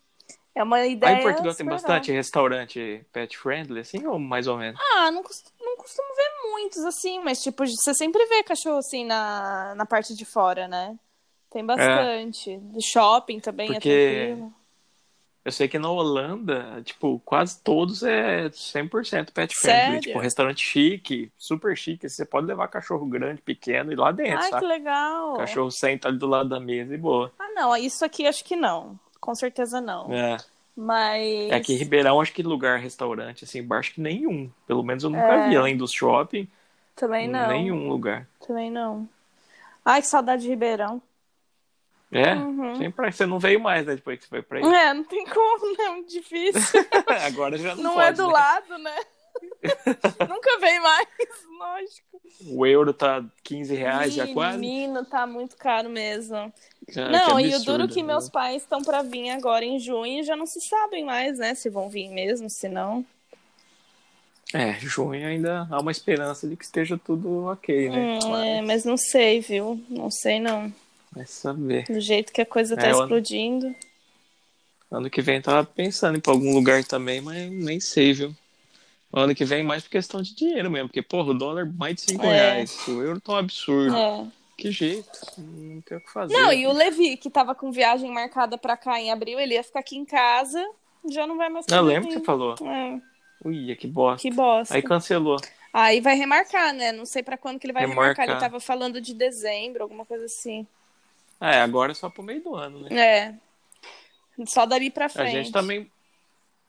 Speaker 1: É uma ideia.
Speaker 2: Aí em Portugal tem
Speaker 1: super
Speaker 2: bastante restaurante pet friendly, assim, ou mais ou menos?
Speaker 1: nova. Ah, não costumo, não costumo ver muitos assim, mas tipo, você sempre vê cachorro assim na, na parte de fora, né? Tem bastante. Do shopping também é
Speaker 2: É. Porque-
Speaker 1: tranquilo.
Speaker 2: Eu sei que na Holanda, tipo, quase todos é 100% pet friendly.
Speaker 1: Sério?
Speaker 2: Tipo, restaurante chique, super chique. assim, Você pode levar cachorro grande, pequeno e lá dentro,
Speaker 1: Ai, que
Speaker 2: sabe?
Speaker 1: legal.
Speaker 2: é Cachorro senta ali do lado da mesa e boa.
Speaker 1: Ah, não, isso aqui acho que não. Com certeza não.
Speaker 2: É.
Speaker 1: Mas.
Speaker 2: É, Aqui em Ribeirão, acho que lugar, restaurante, assim, bar, acho que nenhum. Pelo menos eu nunca
Speaker 1: É.
Speaker 2: vi, além dos shopping,
Speaker 1: Também não.
Speaker 2: nenhum lugar.
Speaker 1: Também não. Ai, que saudade de Ribeirão.
Speaker 2: É?
Speaker 1: Uhum.
Speaker 2: Sempre pra... Você não veio mais, né? Depois que você foi pra aí.
Speaker 1: É, não tem como, né? É muito difícil.
Speaker 2: Agora já não,
Speaker 1: Não
Speaker 2: pode,
Speaker 1: é do
Speaker 2: né?
Speaker 1: lado, né? Nunca vem mais, lógico.
Speaker 2: O euro tá 15 reais já quase.
Speaker 1: Menino, tá muito caro mesmo.
Speaker 2: Cara,
Speaker 1: não,
Speaker 2: que
Speaker 1: e o duro é
Speaker 2: absurdo,
Speaker 1: que
Speaker 2: né?
Speaker 1: meus pais estão pra vir agora em junho e já não se sabem mais, né? Se vão vir mesmo, se não.
Speaker 2: É, junho ainda há uma esperança de que esteja tudo ok, né?
Speaker 1: Hum, é, mas não sei, viu? Não sei não.
Speaker 2: Vai saber.
Speaker 1: Do jeito que a coisa tá
Speaker 2: É, eu-
Speaker 1: explodindo.
Speaker 2: Ano que vem eu tava pensando em ir pra algum lugar também, mas nem sei, viu? Ano que vem mais por questão de dinheiro mesmo, porque, porra, o dólar mais de 5
Speaker 1: É.
Speaker 2: reais. O euro tá um absurdo.
Speaker 1: É.
Speaker 2: Que jeito. Não tem o que fazer.
Speaker 1: Não, e o Levi, que tava com viagem marcada pra cá em abril, ele ia ficar aqui em casa, já não vai mais
Speaker 2: Eu
Speaker 1: poder
Speaker 2: lembro que
Speaker 1: vir.
Speaker 2: você falou.
Speaker 1: É,
Speaker 2: Uia, que bosta.
Speaker 1: que bosta.
Speaker 2: Aí cancelou.
Speaker 1: Aí vai remarcar, né? Não sei pra quando que ele vai remarcar.
Speaker 2: Remarcar.
Speaker 1: Ele tava falando de dezembro, alguma coisa assim.
Speaker 2: Ah, É, agora é só pro meio do ano, né?
Speaker 1: É. Só dali pra
Speaker 2: A
Speaker 1: frente.
Speaker 2: gente também.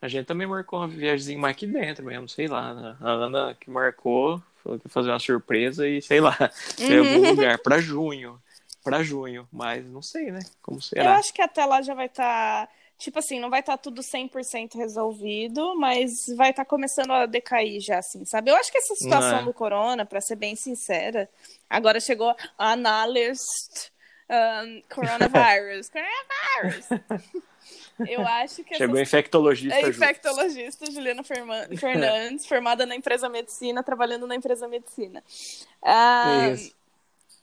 Speaker 2: A gente também marcou uma viagemzinha mais aqui dentro mesmo, sei lá. né? A Ana que marcou, falou que ia fazer uma surpresa e sei lá. É
Speaker 1: Uhum.
Speaker 2: algum lugar pra junho. Pra junho, mas não sei, né? Como
Speaker 1: Eu
Speaker 2: será?
Speaker 1: acho que até lá já vai estar. tipo assim, não vai estar tudo 100% resolvido, mas vai estar começando a decair já, assim, sabe? Eu acho que essa situação
Speaker 2: É.
Speaker 1: do corona, pra ser bem sincera, agora chegou a analyst um, coronavirus. coronavirus! Eu acho que
Speaker 2: Chegou
Speaker 1: essa
Speaker 2: infectologista.
Speaker 1: é
Speaker 2: junto.
Speaker 1: infectologista Juliana Ferman- Fernandes, formada na empresa medicina, trabalhando na empresa medicina. Ah,
Speaker 2: É isso.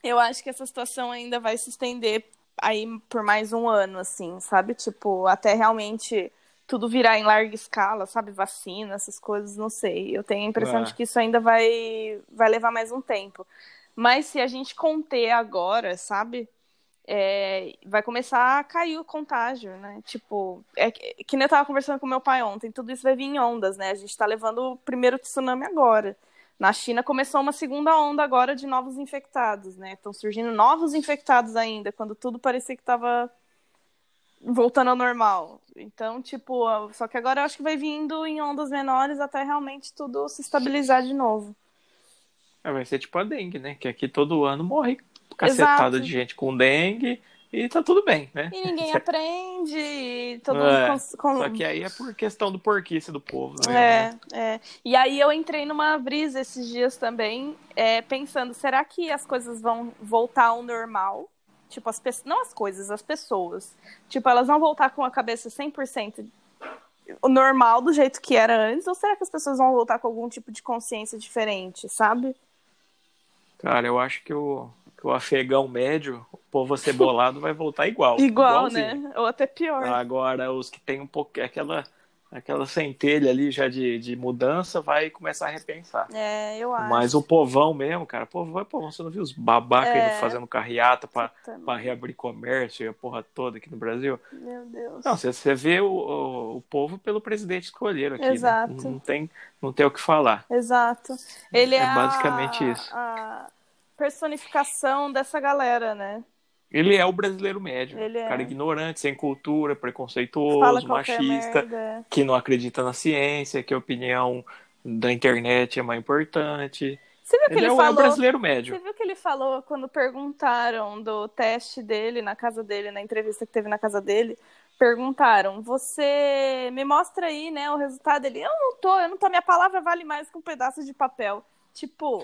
Speaker 1: eu acho que essa situação ainda vai se estender aí por mais um ano, assim, sabe? Tipo, até realmente tudo virar em larga escala, sabe? Vacina, essas coisas, não sei. Eu tenho a impressão
Speaker 2: Ah.
Speaker 1: de que isso ainda vai, vai levar mais um tempo. Mas se a gente conter agora, sabe? É, vai começar a cair o contágio, né? Tipo, é que, que nem eu tava conversando com meu pai ontem, tudo isso vai vir em ondas, né? A gente tá levando o primeiro tsunami agora. Na China começou uma segunda onda agora de novos infectados, né? Estão surgindo novos infectados ainda, quando tudo parecia que estava voltando ao normal. Então, tipo, a- só que agora eu acho que vai vindo em ondas menores até realmente tudo se estabilizar de novo.
Speaker 2: É, vai ser tipo a dengue, né? Que aqui todo ano morre cacetada
Speaker 1: Exato.
Speaker 2: de gente com dengue e tá tudo bem, né?
Speaker 1: E ninguém aprende, e todo
Speaker 2: É,
Speaker 1: mundo cons- com-
Speaker 2: Só que aí é por questão do porquice do povo, né?
Speaker 1: Hum. É, é. E aí eu entrei numa brisa esses dias também, é, pensando, será que as coisas vão voltar ao normal? Tipo, as pessoas, não as coisas, as pessoas. Tipo, elas vão voltar com a cabeça 100% o normal do jeito que era antes, ou será que as pessoas vão voltar com algum tipo de consciência diferente, sabe?
Speaker 2: Cara, eu acho que o, que o afegão médio, o povo cebolado, vai voltar igual.
Speaker 1: Igual,
Speaker 2: igualzinho. Ah.
Speaker 1: né? Ou até pior.
Speaker 2: Agora, os que tem um pouco. aquela, aquela centelha ali já de, de mudança vai começar a repensar.
Speaker 1: É, eu acho.
Speaker 2: Mas o povão mesmo, cara, povão é povão. Você não viu os babacas
Speaker 1: É.
Speaker 2: indo fazendo carreata pra,
Speaker 1: Puta,
Speaker 2: pra reabrir comércio e a porra toda aqui no Brasil?
Speaker 1: Meu Deus.
Speaker 2: Não, você, você vê o, o, o povo pelo presidente que escolheram aqui. né?
Speaker 1: Exato.
Speaker 2: Não, não tem, não tem o que falar.
Speaker 1: Exato. Ele é,
Speaker 2: É basicamente
Speaker 1: a,
Speaker 2: isso.
Speaker 1: a personificação dessa galera, né?
Speaker 2: Ele é o brasileiro médio.
Speaker 1: Ele é.
Speaker 2: Cara ignorante, sem cultura,
Speaker 1: Fala
Speaker 2: preconceituoso,
Speaker 1: qualquer
Speaker 2: machista.
Speaker 1: merda.
Speaker 2: que não acredita na ciência, que a opinião da internet é mais importante.
Speaker 1: Você viu que
Speaker 2: Ele,
Speaker 1: ele,
Speaker 2: é, o- é o
Speaker 1: falou?
Speaker 2: brasileiro
Speaker 1: Você
Speaker 2: médio.
Speaker 1: viu que ele falou quando perguntaram do teste dele na casa dele, na entrevista que teve na casa dele? Perguntaram, você me mostra aí, né, o resultado Ele, Eu não tô, eu não tô, minha palavra vale mais que um pedaço de papel. Tipo.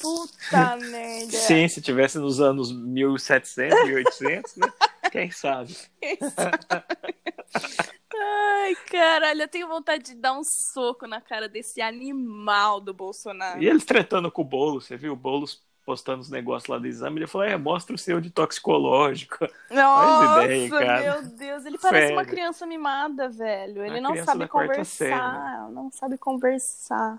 Speaker 1: puta merda.
Speaker 2: Sim, se tivesse nos anos 1700, 1800, né? Quem sabe?
Speaker 1: Ai, caralho, eu tenho vontade de dar um soco na cara desse animal do Bolsonaro.
Speaker 2: E eles tretando com o Boulos, você viu? O Boulos postando os negócios lá do exame, ele falou, é, mostra o seu de toxicológico.
Speaker 1: Nossa,
Speaker 2: ideia, cara.
Speaker 1: meu Deus, ele parece
Speaker 2: Sério.
Speaker 1: uma criança mimada, velho. Ele
Speaker 2: Uma
Speaker 1: não
Speaker 2: criança
Speaker 1: sabe
Speaker 2: da quarta
Speaker 1: conversar,
Speaker 2: série.
Speaker 1: não sabe conversar.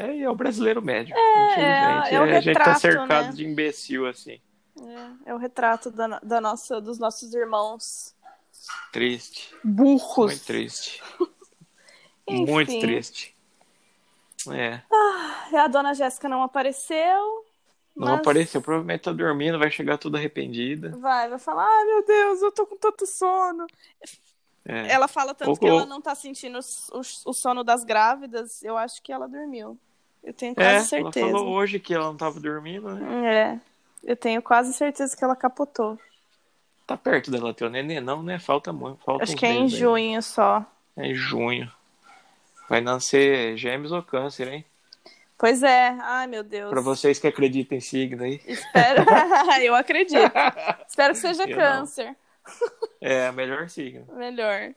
Speaker 2: É, e é o brasileiro médio,
Speaker 1: é-
Speaker 2: infelizmente.
Speaker 1: é o
Speaker 2: a gente tá
Speaker 1: retrato,
Speaker 2: cercado
Speaker 1: né?
Speaker 2: de imbecil, assim.
Speaker 1: É, é o retrato da, no- da nossa, dos nossos irmãos
Speaker 2: Triste,
Speaker 1: burros.
Speaker 2: muito triste.
Speaker 1: Enfim.
Speaker 2: Muito triste. É.
Speaker 1: A dona Jéssica não apareceu.
Speaker 2: Não
Speaker 1: mas
Speaker 2: apareceu, provavelmente tá dormindo, vai chegar toda arrependida.
Speaker 1: Vai, vai falar, ai meu Deus, eu tô com tanto sono.
Speaker 2: É.
Speaker 1: Ela fala tanto
Speaker 2: Ou-
Speaker 1: que ela
Speaker 2: ou-
Speaker 1: não tá sentindo os- os- o, sono das grávidas. Eu acho que ela dormiu. Eu tenho
Speaker 2: É,
Speaker 1: quase
Speaker 2: ela
Speaker 1: certeza.
Speaker 2: falou hoje que ela não tava dormindo, né?
Speaker 1: É, eu tenho quase certeza que ela capotou.
Speaker 2: Tá perto dela ter o neném, não, né? Falta muito. Falta
Speaker 1: Acho
Speaker 2: uns
Speaker 1: que é em
Speaker 2: meses
Speaker 1: junho só.
Speaker 2: ainda. É em junho. Vai nascer gêmeos ou câncer, hein?
Speaker 1: Pois é. Ai, meu Deus.
Speaker 2: Pra vocês que acreditam em signo aí.
Speaker 1: Espero. eu acredito. Espero que seja
Speaker 2: Eu não.
Speaker 1: câncer.
Speaker 2: É, melhor signo.
Speaker 1: Melhor.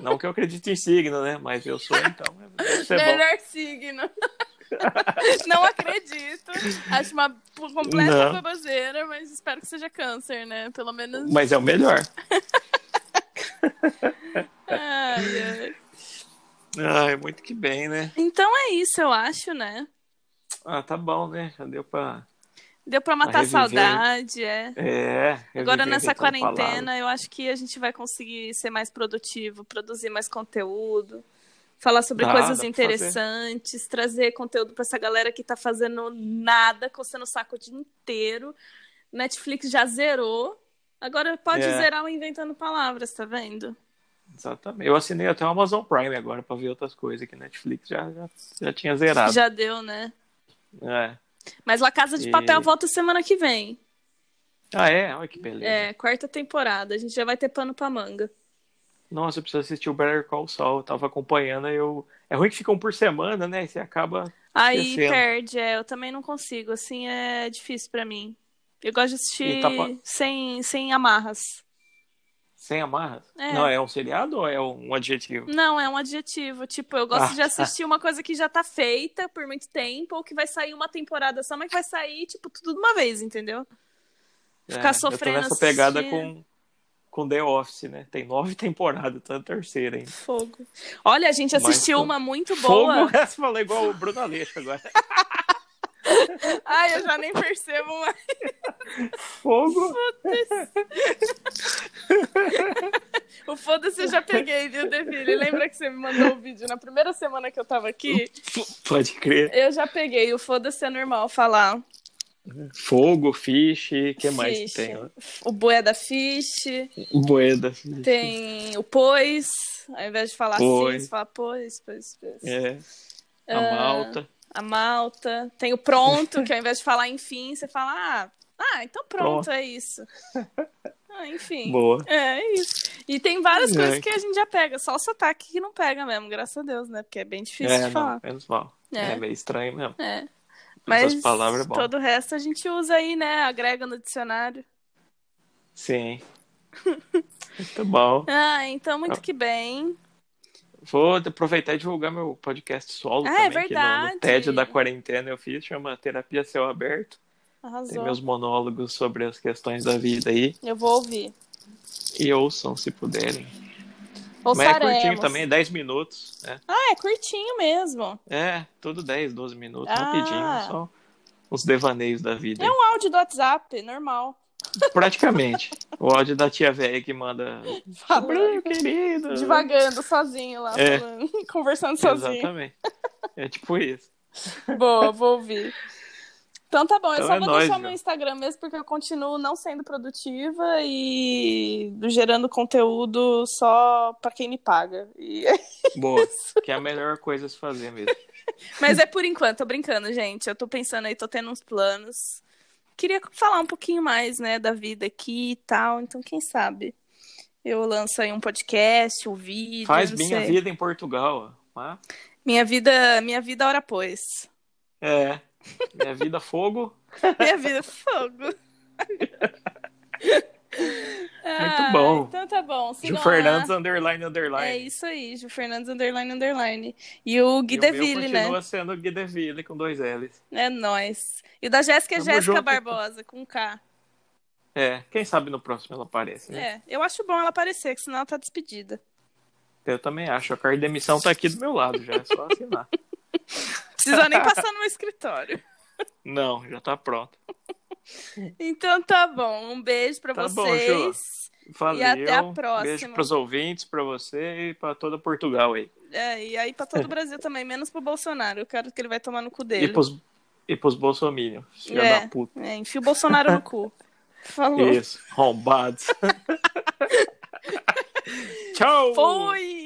Speaker 2: Não que eu acredite em signo, né? Mas eu sou, então. Deve ser bom.
Speaker 1: Melhor signo. não acredito. Acho uma p- completa
Speaker 2: Não.
Speaker 1: baboseira, mas espero que seja câncer, né? Pelo menos.
Speaker 2: Mas é o melhor.
Speaker 1: Ai, ai.
Speaker 2: Ai, muito que bem, né?
Speaker 1: Então é isso, eu acho, né?
Speaker 2: Ah, tá bom, né? Já deu pra.
Speaker 1: Deu pra matar a
Speaker 2: reviver.
Speaker 1: saudade, é.
Speaker 2: É.
Speaker 1: Agora
Speaker 2: reviver
Speaker 1: nessa
Speaker 2: toda palavra.
Speaker 1: quarentena, eu acho que a gente vai conseguir ser mais produtivo, produzir mais conteúdo, falar sobre
Speaker 2: Dá,
Speaker 1: coisas
Speaker 2: dá pra
Speaker 1: interessantes, trazer conteúdo pra essa galera que tá fazendo nada, coçando o saco o dia inteiro. Netflix já zerou. Agora pode
Speaker 2: É.
Speaker 1: zerar o inventando palavras, tá vendo?
Speaker 2: Exatamente. Eu assinei até o Amazon Prime agora pra ver outras coisas que Netflix já, já, já tinha zerado.
Speaker 1: Já deu, né?
Speaker 2: É.
Speaker 1: Mas La Casa de
Speaker 2: Tá. E-
Speaker 1: Papel volta semana que vem.
Speaker 2: Ah, é? Olha que beleza.
Speaker 1: É, quarta temporada. A gente já vai ter pano pra manga.
Speaker 2: Nossa, eu preciso assistir o Better Call Saul. Eu tava acompanhando aí eu. É ruim que fica um por semana, né? E você acaba.
Speaker 1: Aí
Speaker 2: Esquecendo.
Speaker 1: perde, é, eu também não consigo, assim, é difícil pra mim. Eu gosto de assistir
Speaker 2: E tá pa-
Speaker 1: sem, sem amarras.
Speaker 2: Sem amarras?
Speaker 1: É.
Speaker 2: Não, é um seriado ou é um adjetivo?
Speaker 1: Não, é um adjetivo. Tipo, eu gosto
Speaker 2: Ah,
Speaker 1: de assistir uma coisa que já tá feita por muito tempo, ou que vai sair uma temporada só, mas que vai sair, tipo, tudo de uma vez, entendeu? Ficar
Speaker 2: é,
Speaker 1: sofrendo
Speaker 2: Eu tô nessa pegada
Speaker 1: assistindo.
Speaker 2: com, com The Office, né? Tem nove temporadas, tá na terceira ainda.
Speaker 1: Fogo. Olha, a gente
Speaker 2: Mas
Speaker 1: assistiu
Speaker 2: tô-
Speaker 1: uma muito boa.
Speaker 2: Fogo, essa falou igual o Bruno Aleixo agora.
Speaker 1: Ai, eu já nem percebo mais.
Speaker 2: Fogo.
Speaker 1: O foda-se eu já peguei, viu, Deville? Lembra que você me mandou o vídeo na primeira semana que eu tava aqui?
Speaker 2: Pode crer.
Speaker 1: Eu já peguei, o foda-se é normal falar.
Speaker 2: Fogo, Fish, o que mais que
Speaker 1: Fish.
Speaker 2: tem? lá?
Speaker 1: o Boé da Fish,
Speaker 2: Boeda.
Speaker 1: tem o Pois, ao invés de falar assim,
Speaker 2: Pois.
Speaker 1: você fala Pois, Pois, Pois.
Speaker 2: É. A
Speaker 1: Ah,
Speaker 2: Malta.
Speaker 1: A Malta, tem o Pronto, que ao invés de falar Enfim, você fala Ah, ah então pronto,
Speaker 2: Pronto.
Speaker 1: é isso. Ah, enfim.
Speaker 2: Boa.
Speaker 1: É é isso. E tem várias
Speaker 2: É.
Speaker 1: coisas que a gente já pega, só o sotaque que não pega mesmo, graças a Deus, né? Porque é bem difícil
Speaker 2: É,
Speaker 1: de
Speaker 2: não,
Speaker 1: falar.
Speaker 2: menos mal.
Speaker 1: É.
Speaker 2: É, meio estranho mesmo.
Speaker 1: É.
Speaker 2: Mas
Speaker 1: Mas
Speaker 2: as palavras é bom.
Speaker 1: todo o resto a gente usa aí, né? Agrega no dicionário.
Speaker 2: Sim. Muito bom.
Speaker 1: Ah, então muito
Speaker 2: Ah.
Speaker 1: que bem.
Speaker 2: Vou aproveitar e divulgar meu podcast solo
Speaker 1: Ah, é
Speaker 2: também, que no- no,
Speaker 1: verdade.
Speaker 2: tédio da quarentena eu fiz, chama Terapia Céu Aberto. Tem
Speaker 1: Arrasou.
Speaker 2: meus monólogos sobre as questões da vida aí.
Speaker 1: Eu vou ouvir.
Speaker 2: E ouçam se puderem. Mas é
Speaker 1: Ouçaremos.
Speaker 2: curtinho também, 10 minutos. Né?
Speaker 1: Ah, é curtinho mesmo.
Speaker 2: É, tudo 10, 12 minutos,
Speaker 1: Ah.
Speaker 2: rapidinho, só os devaneios da vida.
Speaker 1: É um áudio do WhatsApp, normal.
Speaker 2: Praticamente. o áudio da tia velha que manda.
Speaker 1: Tá
Speaker 2: Bruno,
Speaker 1: Uhum.
Speaker 2: querido.
Speaker 1: Devagando, sozinho lá,
Speaker 2: É.
Speaker 1: falando, conversando sozinho.
Speaker 2: Exatamente. É tipo isso.
Speaker 1: Boa, vou ouvir. Então tá bom, eu
Speaker 2: Então
Speaker 1: só
Speaker 2: é
Speaker 1: vou
Speaker 2: nóis,
Speaker 1: deixar
Speaker 2: meu.
Speaker 1: meu Instagram mesmo, porque eu continuo não sendo produtiva e gerando conteúdo só pra quem me paga. E-
Speaker 2: Boa. Que é a melhor coisa a se fazer mesmo.
Speaker 1: Mas é por enquanto, tô brincando, gente. Eu tô pensando aí, tô tendo uns planos. Queria falar um pouquinho mais, né, da vida aqui e tal. Então, quem sabe? Eu lanço aí um podcast, um vídeo,
Speaker 2: Faz
Speaker 1: não
Speaker 2: minha
Speaker 1: sei.
Speaker 2: vida em Portugal. ó. Tá?
Speaker 1: Minha vida, minha vida hora pois.
Speaker 2: É. Minha vida fogo.
Speaker 1: Minha vida é fogo. Ah,
Speaker 2: bom.
Speaker 1: Então tá bom.
Speaker 2: Gil
Speaker 1: Sigam
Speaker 2: Fernandes,
Speaker 1: lá.
Speaker 2: underline,
Speaker 1: É
Speaker 2: underline.
Speaker 1: isso aí, Ju Fernandes underline underline. E o Gui
Speaker 2: E o meu
Speaker 1: Deville, né?
Speaker 2: continua sendo Gui Deville com dois L's.
Speaker 1: É nóis. E o da Jéssica é
Speaker 2: Tamo
Speaker 1: Jéssica
Speaker 2: junto.
Speaker 1: Barbosa, com K.
Speaker 2: É, quem sabe no próximo ela aparece, né?
Speaker 1: É, eu acho bom ela aparecer, que senão ela tá despedida.
Speaker 2: Eu também acho. A carta de demissão tá aqui do meu lado já, é só assinar.
Speaker 1: Precisa nem passar no meu escritório.
Speaker 2: Não, já tá pronto.
Speaker 1: Então tá bom, um beijo pra
Speaker 2: Tá bom,
Speaker 1: vocês.
Speaker 2: Valeu.
Speaker 1: até a próxima.
Speaker 2: Beijo pros ouvintes, pra você e pra toda Portugal aí.
Speaker 1: É, e aí pra todo o Brasil também, menos pro Bolsonaro. Eu quero que ele vai tomar no cu dele.
Speaker 2: E pros, e pros bolsominions, filha
Speaker 1: É.
Speaker 2: da puta.
Speaker 1: É, enfia o Bolsonaro no cu. Falou.
Speaker 2: Isso, rombados. Tchau!
Speaker 1: Fui!